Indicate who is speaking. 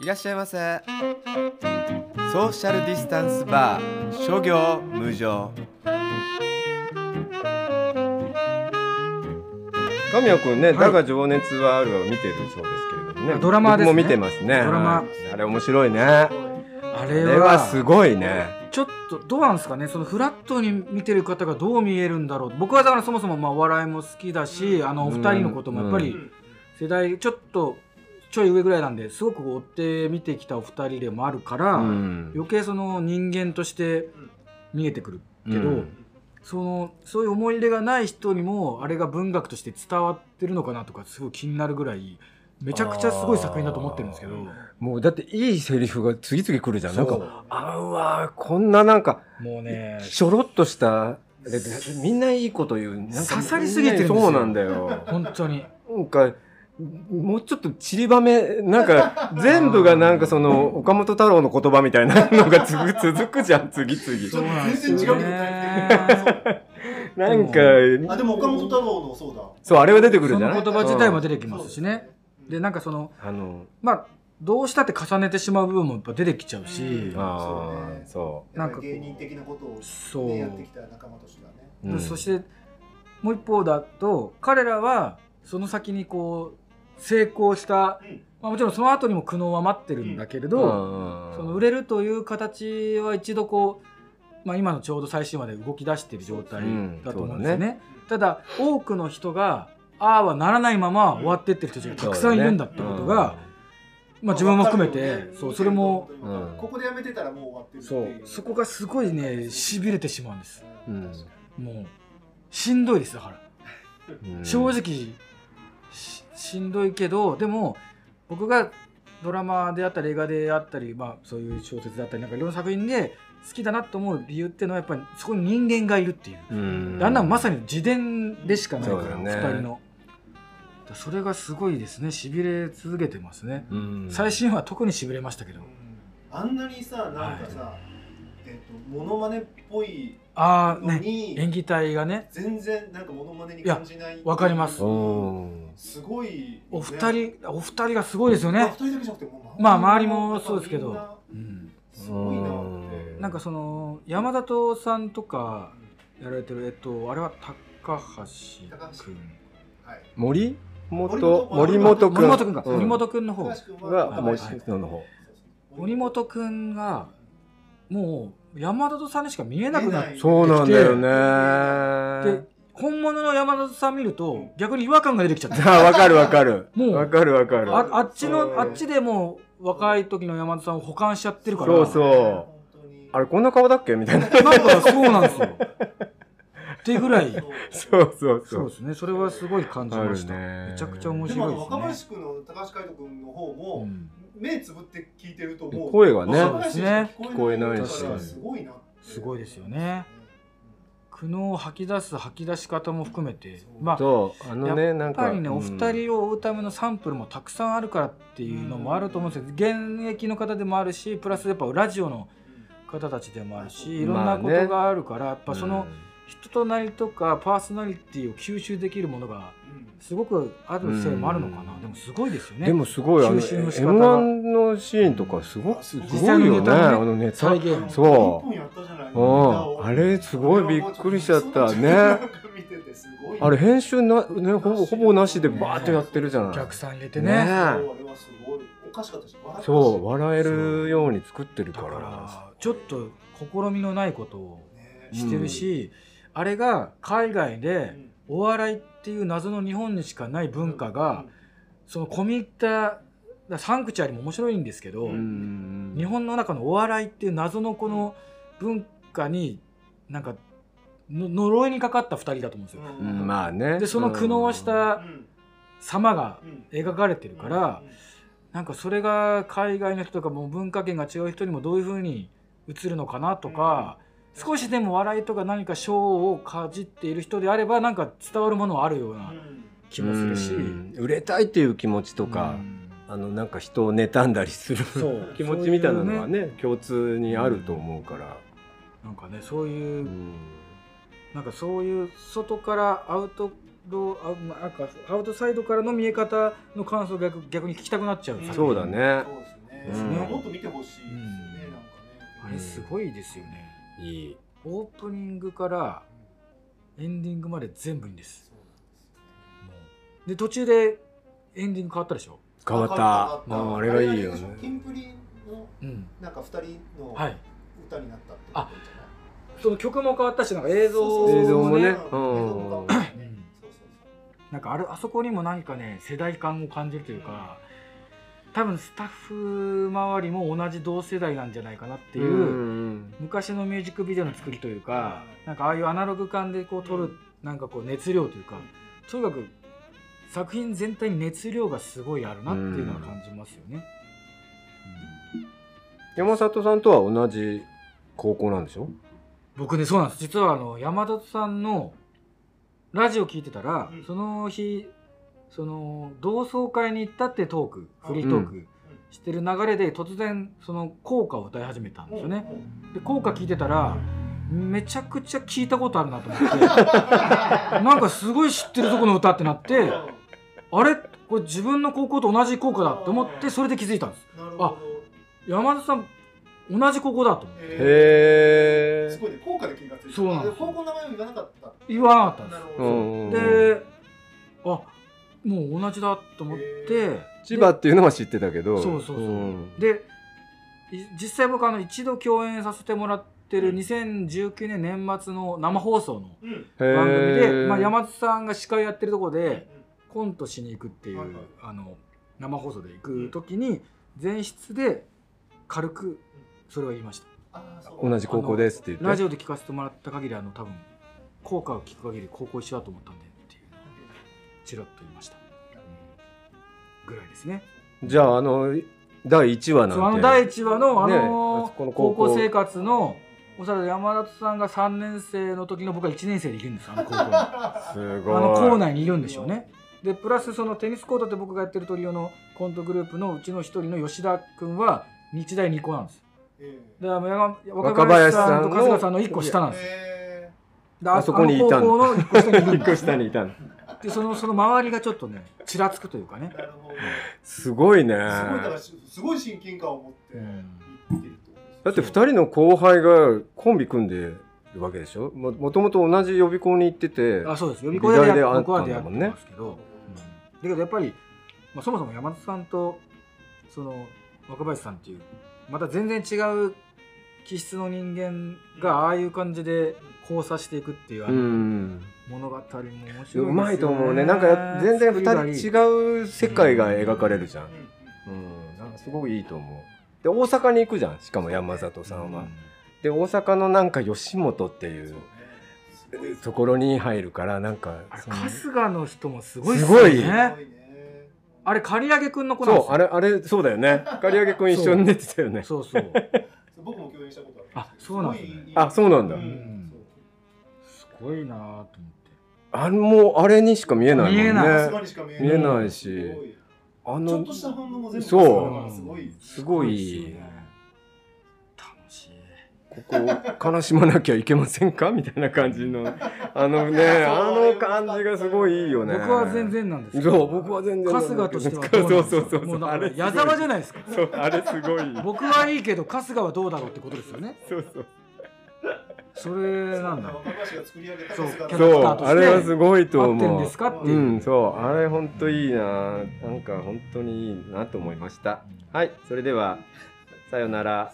Speaker 1: いらっしゃいませソーシャルディスタンスバー諸行無常神谷君ね、
Speaker 2: い
Speaker 1: だが情熱はあるを見てるそうですけれどもね
Speaker 2: ドラマーですね
Speaker 1: 僕も見てますね
Speaker 2: ドラマ
Speaker 1: はいあれ面白いねあ
Speaker 2: あれ
Speaker 1: れはす
Speaker 2: は
Speaker 1: ごいね
Speaker 2: ちょっとどうなんですかねそのフラットに見てる方がどう見えるんだろう僕はだからそもそもまあお笑いも好きだしあのお二人のこともやっぱり世代ちょっとちょい上ぐらいなんですごく追って見てきたお二人でもあるから、
Speaker 1: うん
Speaker 2: 余計その人間として見えてくるけど、
Speaker 1: うん
Speaker 2: そのそういう思い入れがない人にもあれが文学として伝わってるのかなとかすごい気になるぐらいめちゃくちゃすごい作品だと思ってるんですけど
Speaker 1: もうだっていいセリフが次々来るじゃんなん
Speaker 2: そ
Speaker 1: かあうわこんななんか
Speaker 2: もうね
Speaker 1: しょろっとしたあれでみんないいこと言うなんか
Speaker 2: 刺さりすぎてるんですよ
Speaker 1: そうなんだよ
Speaker 2: 本当に
Speaker 1: なんか、もうちょっと散りばめ、なん か、全部がなんかその、岡本太郎の言葉みたいなの がつぐ続くじゃん、次
Speaker 3: そう
Speaker 1: 々。
Speaker 3: 全然違うけど
Speaker 2: ね
Speaker 1: なんか、
Speaker 3: あでも岡本太郎のそうだ
Speaker 1: そう、あれは出てくる
Speaker 2: そ
Speaker 1: じゃな
Speaker 2: の
Speaker 1: い
Speaker 2: 言葉自体も
Speaker 1: て
Speaker 2: 出てきますしねでなんかその
Speaker 1: あの、
Speaker 2: まあどうしたって重ねてしまう部分もやっぱ出てきちゃうし
Speaker 3: うん
Speaker 1: あ
Speaker 3: そう
Speaker 1: あ、
Speaker 3: ね
Speaker 1: そ
Speaker 2: な
Speaker 3: なんん
Speaker 2: か
Speaker 3: か
Speaker 2: こう
Speaker 3: 芸人的なことを、
Speaker 2: そう
Speaker 3: ね、やってきた仲間としてはね
Speaker 1: う。うん
Speaker 2: そしてもう一方だと彼らはその先にこう成功した、
Speaker 3: うん
Speaker 2: まあ、もちろんその後にも苦悩は待ってるんだけれど、その売
Speaker 1: れ
Speaker 2: れるという形は一度こう、まあ、今のちょうど最新話で動き出してる状態だと思うんですよね。ただ多くの人がああはならないまま終わってってる人たちがたくさんいるんだってことが、、まあ、自分も含めてそうそれも
Speaker 3: 本当にわかる
Speaker 1: うん
Speaker 3: ここでやめてたらもう終わってるって
Speaker 2: そ
Speaker 3: いう
Speaker 2: そこがすごいねしびれてしまうんです。
Speaker 1: うん
Speaker 2: もうしんどいですだから。
Speaker 1: うん
Speaker 2: 正、直ししんどいけどでも僕がドラマであったり映画であったり、まあ、そういう小説だったりなんかいろんな作品で好きだなと思う理由っていうのはやっぱりそこに人間がいるっていう、
Speaker 1: うん
Speaker 2: あんなのまさに自伝でしかないか
Speaker 1: そう
Speaker 2: ら、
Speaker 1: だ
Speaker 2: お
Speaker 1: ね
Speaker 2: 二人のだそれがすごいですねしびれ続けてますね、
Speaker 1: うん
Speaker 2: 最新話は特にしびれましたけど
Speaker 3: あんなにさなんかさ、えっ、とモノマネっぽい
Speaker 2: ああ
Speaker 3: の
Speaker 2: ね
Speaker 3: に、
Speaker 2: 演技体がね
Speaker 3: 全然なんかモノマネに感じない
Speaker 2: やわかります
Speaker 1: うん
Speaker 3: すごいね、
Speaker 2: お二人お二人がすごいですよ
Speaker 3: まあ二
Speaker 2: ね、
Speaker 3: 人だけじゃなくてもう
Speaker 2: まあ周りもそうですけど
Speaker 3: みんな
Speaker 2: うん
Speaker 3: すごいなっ
Speaker 1: う
Speaker 3: て
Speaker 2: なんかその山田とさんとかやられてるえっとあれは高橋君
Speaker 3: はい
Speaker 1: 森
Speaker 3: 本
Speaker 1: 本、森本君。
Speaker 2: 森本君か、
Speaker 1: うん
Speaker 2: 森本君の方
Speaker 3: 高橋君
Speaker 1: が、も
Speaker 3: は
Speaker 1: う
Speaker 2: はい
Speaker 1: 一つの方。
Speaker 2: 森本君がもう山田とさんにしか見えなくなっ
Speaker 3: 見え
Speaker 1: そうなんだよ
Speaker 2: て
Speaker 1: ね。
Speaker 2: 本物の山田とさん見ると、
Speaker 3: うん
Speaker 2: 逆に違和感が出て きちゃった
Speaker 1: あ、わかるわかる。
Speaker 2: もう
Speaker 1: わかるわかる。
Speaker 2: ああっち
Speaker 1: うん
Speaker 2: のあっちでもう若い時の山田さんを保管しちゃってるから
Speaker 1: そうそう
Speaker 3: 本当に
Speaker 1: あれこんな顔だっけみたい な。
Speaker 2: なんかそうなんですよってぐらい
Speaker 3: そ
Speaker 1: そううそうそ
Speaker 2: そう
Speaker 1: う。
Speaker 2: ですねそれはすごい感じ
Speaker 1: あ
Speaker 2: ま
Speaker 1: る
Speaker 2: した、
Speaker 1: ね。
Speaker 2: めちゃくちゃ面
Speaker 3: で
Speaker 2: 白
Speaker 3: も
Speaker 2: い
Speaker 3: あ
Speaker 2: です
Speaker 3: の
Speaker 2: ね
Speaker 3: 若林君の高橋海人君の方
Speaker 2: う
Speaker 3: も
Speaker 2: ん
Speaker 3: 目つぶって聞いてると思う
Speaker 1: 声がね
Speaker 3: 若林しか聞こえない
Speaker 2: そうですね聞こえないし
Speaker 3: からすごいなって
Speaker 2: すごいですよね苦悩を吐き出す吐き出し方も含めて
Speaker 3: そう
Speaker 2: まあ
Speaker 1: そう、あのね、なん
Speaker 2: やっ
Speaker 1: か。
Speaker 2: ぱりね、お二人を追うためのサンプルもたくさんあるからっていうのもあると思うんですけど、現役の方でもあるしプラスやっぱラジオの方たちでもあるしいろんなことがあるから、やっぱその人となりとかパーソナリティを吸収できるものが
Speaker 3: うんうん
Speaker 2: すごくあるせいもあるのかな、
Speaker 1: うん
Speaker 2: でもすごいですよ
Speaker 1: うん。
Speaker 2: ね
Speaker 1: でもすごい、あの、
Speaker 2: 収集の仕
Speaker 1: M1
Speaker 2: 方が
Speaker 1: のシーンとかすごく、す
Speaker 3: 実
Speaker 1: ご
Speaker 2: 際
Speaker 1: い
Speaker 2: の
Speaker 1: よ
Speaker 2: ネ
Speaker 1: ね、
Speaker 2: タ
Speaker 1: あ
Speaker 2: も
Speaker 1: のネタ
Speaker 2: 再。現
Speaker 1: そう
Speaker 3: 一本やったじゃない
Speaker 1: うんあれすごいびっくりしちゃったね
Speaker 3: 見ててすごい
Speaker 1: あれ編集な、ね、ほぼ、ほぼなしでバーっとやってるじゃな
Speaker 2: お
Speaker 1: い。
Speaker 2: 客さん入れてね
Speaker 1: ね
Speaker 3: あれはすごいおかしかったし笑ったし
Speaker 1: そう、笑えるように作ってる
Speaker 2: だ
Speaker 1: か
Speaker 2: から
Speaker 1: ら。
Speaker 2: ちょっと試みのないことを
Speaker 3: ね
Speaker 2: してるし、あれが海外で、
Speaker 3: うん
Speaker 2: お笑いっていう謎の日本にしかない文化が、
Speaker 3: うん
Speaker 2: その込み入っただからサンクチュアリも面白いんですけど、
Speaker 3: う
Speaker 1: うん
Speaker 2: 日本の中のお笑いっていう謎のこの文化になんかの呪いにかかった2人だと思うんですよ。
Speaker 1: う
Speaker 3: うんん
Speaker 1: まあね。
Speaker 2: でその苦悩し
Speaker 1: うん。
Speaker 2: た
Speaker 3: うん
Speaker 2: 様が
Speaker 3: うん
Speaker 2: 描かれてるから、なんかそれが海外の人とかもう文化圏が違う人にもどういうふうに映るのかなとか、
Speaker 3: うん
Speaker 2: 少しでも笑いとか何か賞をかじっている人であればなんか伝わるものはあるよう
Speaker 3: う
Speaker 2: なん気もするし。
Speaker 1: うん売れたいっていう気持ちとか、
Speaker 2: うん
Speaker 1: あのなんか人を妬んだりする
Speaker 2: そう
Speaker 1: 気持ちみたいなのは
Speaker 2: そういうね
Speaker 1: ね共通にあると思うから、
Speaker 2: なんかねそういう、
Speaker 1: うん
Speaker 2: なんかそういう外からアウトローあまあなんかアウトサイドからの見え方の感想を逆逆に聞きたくなっちゃう、
Speaker 3: うん
Speaker 2: 作品
Speaker 1: そうだね
Speaker 3: そうですね
Speaker 2: ですね
Speaker 3: もっと見てほしいですよ
Speaker 2: う
Speaker 3: ね、
Speaker 2: ん
Speaker 3: なんか
Speaker 2: あ
Speaker 3: ね。
Speaker 2: れすごいですよね
Speaker 1: いい
Speaker 2: オープニングからエンディングまで全部いいんです
Speaker 3: そうなんですよね
Speaker 2: もうで途中でエンディング変わったでしょ
Speaker 1: 変わった
Speaker 3: 変わ
Speaker 1: ああれがいいよ
Speaker 3: あれあれでしょキ
Speaker 1: ね
Speaker 3: ンプリの
Speaker 2: うん
Speaker 3: なんか二人の
Speaker 2: はい
Speaker 3: 歌になったってことじゃない。
Speaker 2: その曲も変わったしなんか映像もね
Speaker 1: 映像もね
Speaker 3: 映像も変わったね
Speaker 2: うん
Speaker 3: そうそうそう
Speaker 2: なんかあれあそこにも何かね世代感を感じるというか多分スタッフ周りも同じ同世代なんじゃないかなっていう、
Speaker 1: うん
Speaker 2: 昔のミュージックビデオの作りというか
Speaker 3: うん
Speaker 2: なんかああいうアナログ感でこう撮る、
Speaker 3: うん
Speaker 2: なんかこう熱量というかとにかく作品全体に熱量がすごいあるなっていうのは感じますよね。
Speaker 1: 山里さんとは同じ高校なんでしょ
Speaker 2: 僕ねそうなんです実はあの山里さんのラジオ聞いてたら、
Speaker 3: うん
Speaker 2: その日その同窓会に行ったってトークフリートークしてる流れで突然その効果を歌い始めたんですよね。で効果聞いてたらめちゃくちゃ聞いたことあるなと思って なんかすごい知ってるぞこの歌ってなってあれこれ自分の高校と同じ高校だって思ってそれで気づいたんです
Speaker 3: なるほど。
Speaker 2: 山田さん同じ高校だと思って
Speaker 1: へ
Speaker 3: す
Speaker 1: え
Speaker 3: ごいね、効果で気がついた。
Speaker 2: そうなんです
Speaker 3: 高校の名前を言わなかった。
Speaker 2: 言わなかったんで
Speaker 3: な
Speaker 2: す
Speaker 3: る
Speaker 1: う
Speaker 3: ほ
Speaker 1: んうんうん
Speaker 2: であもう同じだと思っ
Speaker 3: へ
Speaker 2: て
Speaker 1: 千葉っていうのは知ってたけど
Speaker 2: そうそうそうんでい実際僕あの一度共演させてもらってる2019年年末の生放送の
Speaker 3: ど。うん。
Speaker 1: へー
Speaker 2: 番組で、まあ、山田さんが司会やってるとこ
Speaker 3: うん
Speaker 2: でコントしに行くっていう、
Speaker 3: はいはい
Speaker 2: あの生放送で行く時に前室で軽くそれは言いました
Speaker 3: あーそう
Speaker 1: 同じ高校ですって言って
Speaker 2: ラジオで聞かせてもらった限りあの多分効果を聞く限り高校一緒だと思ったんでっていうのをチロッと言いました、うんぐらいですね
Speaker 1: じゃああの第1話なん
Speaker 2: そう
Speaker 1: て
Speaker 2: あの第1話のあ
Speaker 1: ね
Speaker 2: の
Speaker 1: あそこの高
Speaker 2: 高
Speaker 1: 校
Speaker 2: 校生活のおそらく山里さんが3年生の時の僕は1年生でいるんですあの高校にあ
Speaker 1: すごい
Speaker 2: の校内にいるんでしょうね。でプラスそのテニスコートって僕がやってるトリオのコントグループのうちの一人の吉田君は日大二校なんです
Speaker 3: え
Speaker 2: であのやが若
Speaker 1: 若林
Speaker 2: 林さ
Speaker 1: さ
Speaker 2: ん
Speaker 1: ん
Speaker 2: と
Speaker 1: の
Speaker 2: 春日さんの一個下なん
Speaker 3: え。
Speaker 2: です
Speaker 3: え
Speaker 2: で
Speaker 1: あそこにいた
Speaker 2: あの高校
Speaker 1: の
Speaker 2: の一個下にいるん
Speaker 1: 一
Speaker 2: で
Speaker 1: 個
Speaker 2: すね
Speaker 1: 下にいたの
Speaker 2: でそのその周りがちょっとねちらつくというかね
Speaker 3: ー、なるほど。
Speaker 1: すごいね
Speaker 3: すごいだからしすごい親近感を持って見てるってこと
Speaker 1: だ
Speaker 3: で
Speaker 1: って2人の後輩がコンビ組んでるわけでしょももともと同じ予備校に行ってて
Speaker 2: あそうです予備校で
Speaker 1: 美大であったんだ
Speaker 2: 僕は出会って
Speaker 1: もんね
Speaker 2: ますけど、うんだけどやっぱり、まあ、そもそも山田さんとその若林さんっていうまた全然違う気質の人間がああいう感じで交差していくっていうあ
Speaker 1: う
Speaker 2: の
Speaker 1: ん
Speaker 2: 物語も面白いです
Speaker 1: う
Speaker 2: よね
Speaker 1: まいと思うねなんか全然2人違う世界が描かれるじゃん
Speaker 3: す、
Speaker 1: うん、なんかすごくいいと思うで大阪に行くじゃんしかも山里さんは、で大阪のなんか吉本っていう
Speaker 3: そうね
Speaker 1: ところに入るからなんか
Speaker 2: あれ
Speaker 1: その
Speaker 2: 春日の人もすごいっ
Speaker 1: すごい
Speaker 3: す
Speaker 2: ね
Speaker 3: ごいね
Speaker 2: あれ刈り上げくんの子なん
Speaker 1: そ
Speaker 2: です
Speaker 1: うあれあれそうだよね刈上君一緒に寝てたよね
Speaker 2: そうそう
Speaker 3: 僕も共演したことある
Speaker 2: あそうなんだね
Speaker 3: すごい
Speaker 1: あそうなんだ
Speaker 2: うん
Speaker 3: そう
Speaker 2: すごいなぁと思って
Speaker 1: あれもうあれにしか見えないもんね
Speaker 2: 見えな
Speaker 3: さすがにしか見えない
Speaker 1: 見えないし
Speaker 3: すごい
Speaker 1: あ
Speaker 3: ちょっ
Speaker 1: の
Speaker 3: とした本能も全部
Speaker 1: そう
Speaker 3: 重なるからすごい
Speaker 1: すごい
Speaker 2: ですよね楽しい
Speaker 1: ここを悲しまなきゃいけませんかみたいな感じのあのねあの感じがすごいいいよね
Speaker 2: 僕は全然なんですけど
Speaker 1: そう僕は全然
Speaker 2: 春日としてはどうなんで
Speaker 1: そうそう
Speaker 2: すか
Speaker 1: そうそう
Speaker 2: もうだ
Speaker 1: あ
Speaker 2: から
Speaker 1: れすごい
Speaker 2: 矢沢じゃないですか
Speaker 1: そうあれすごい
Speaker 2: 僕はいいけど春日はどうだろうってことですよね
Speaker 1: そうそう
Speaker 2: それなんだ
Speaker 3: 若林が作り上げた
Speaker 2: そう
Speaker 3: さすがだ
Speaker 1: そうあれはすごいと
Speaker 2: 合ってるん
Speaker 1: 思
Speaker 2: で
Speaker 1: う
Speaker 2: すかって
Speaker 1: う
Speaker 2: いう、
Speaker 1: んそうあれ本当いいななんか本当にいいなと思いましたはいそれではさよなら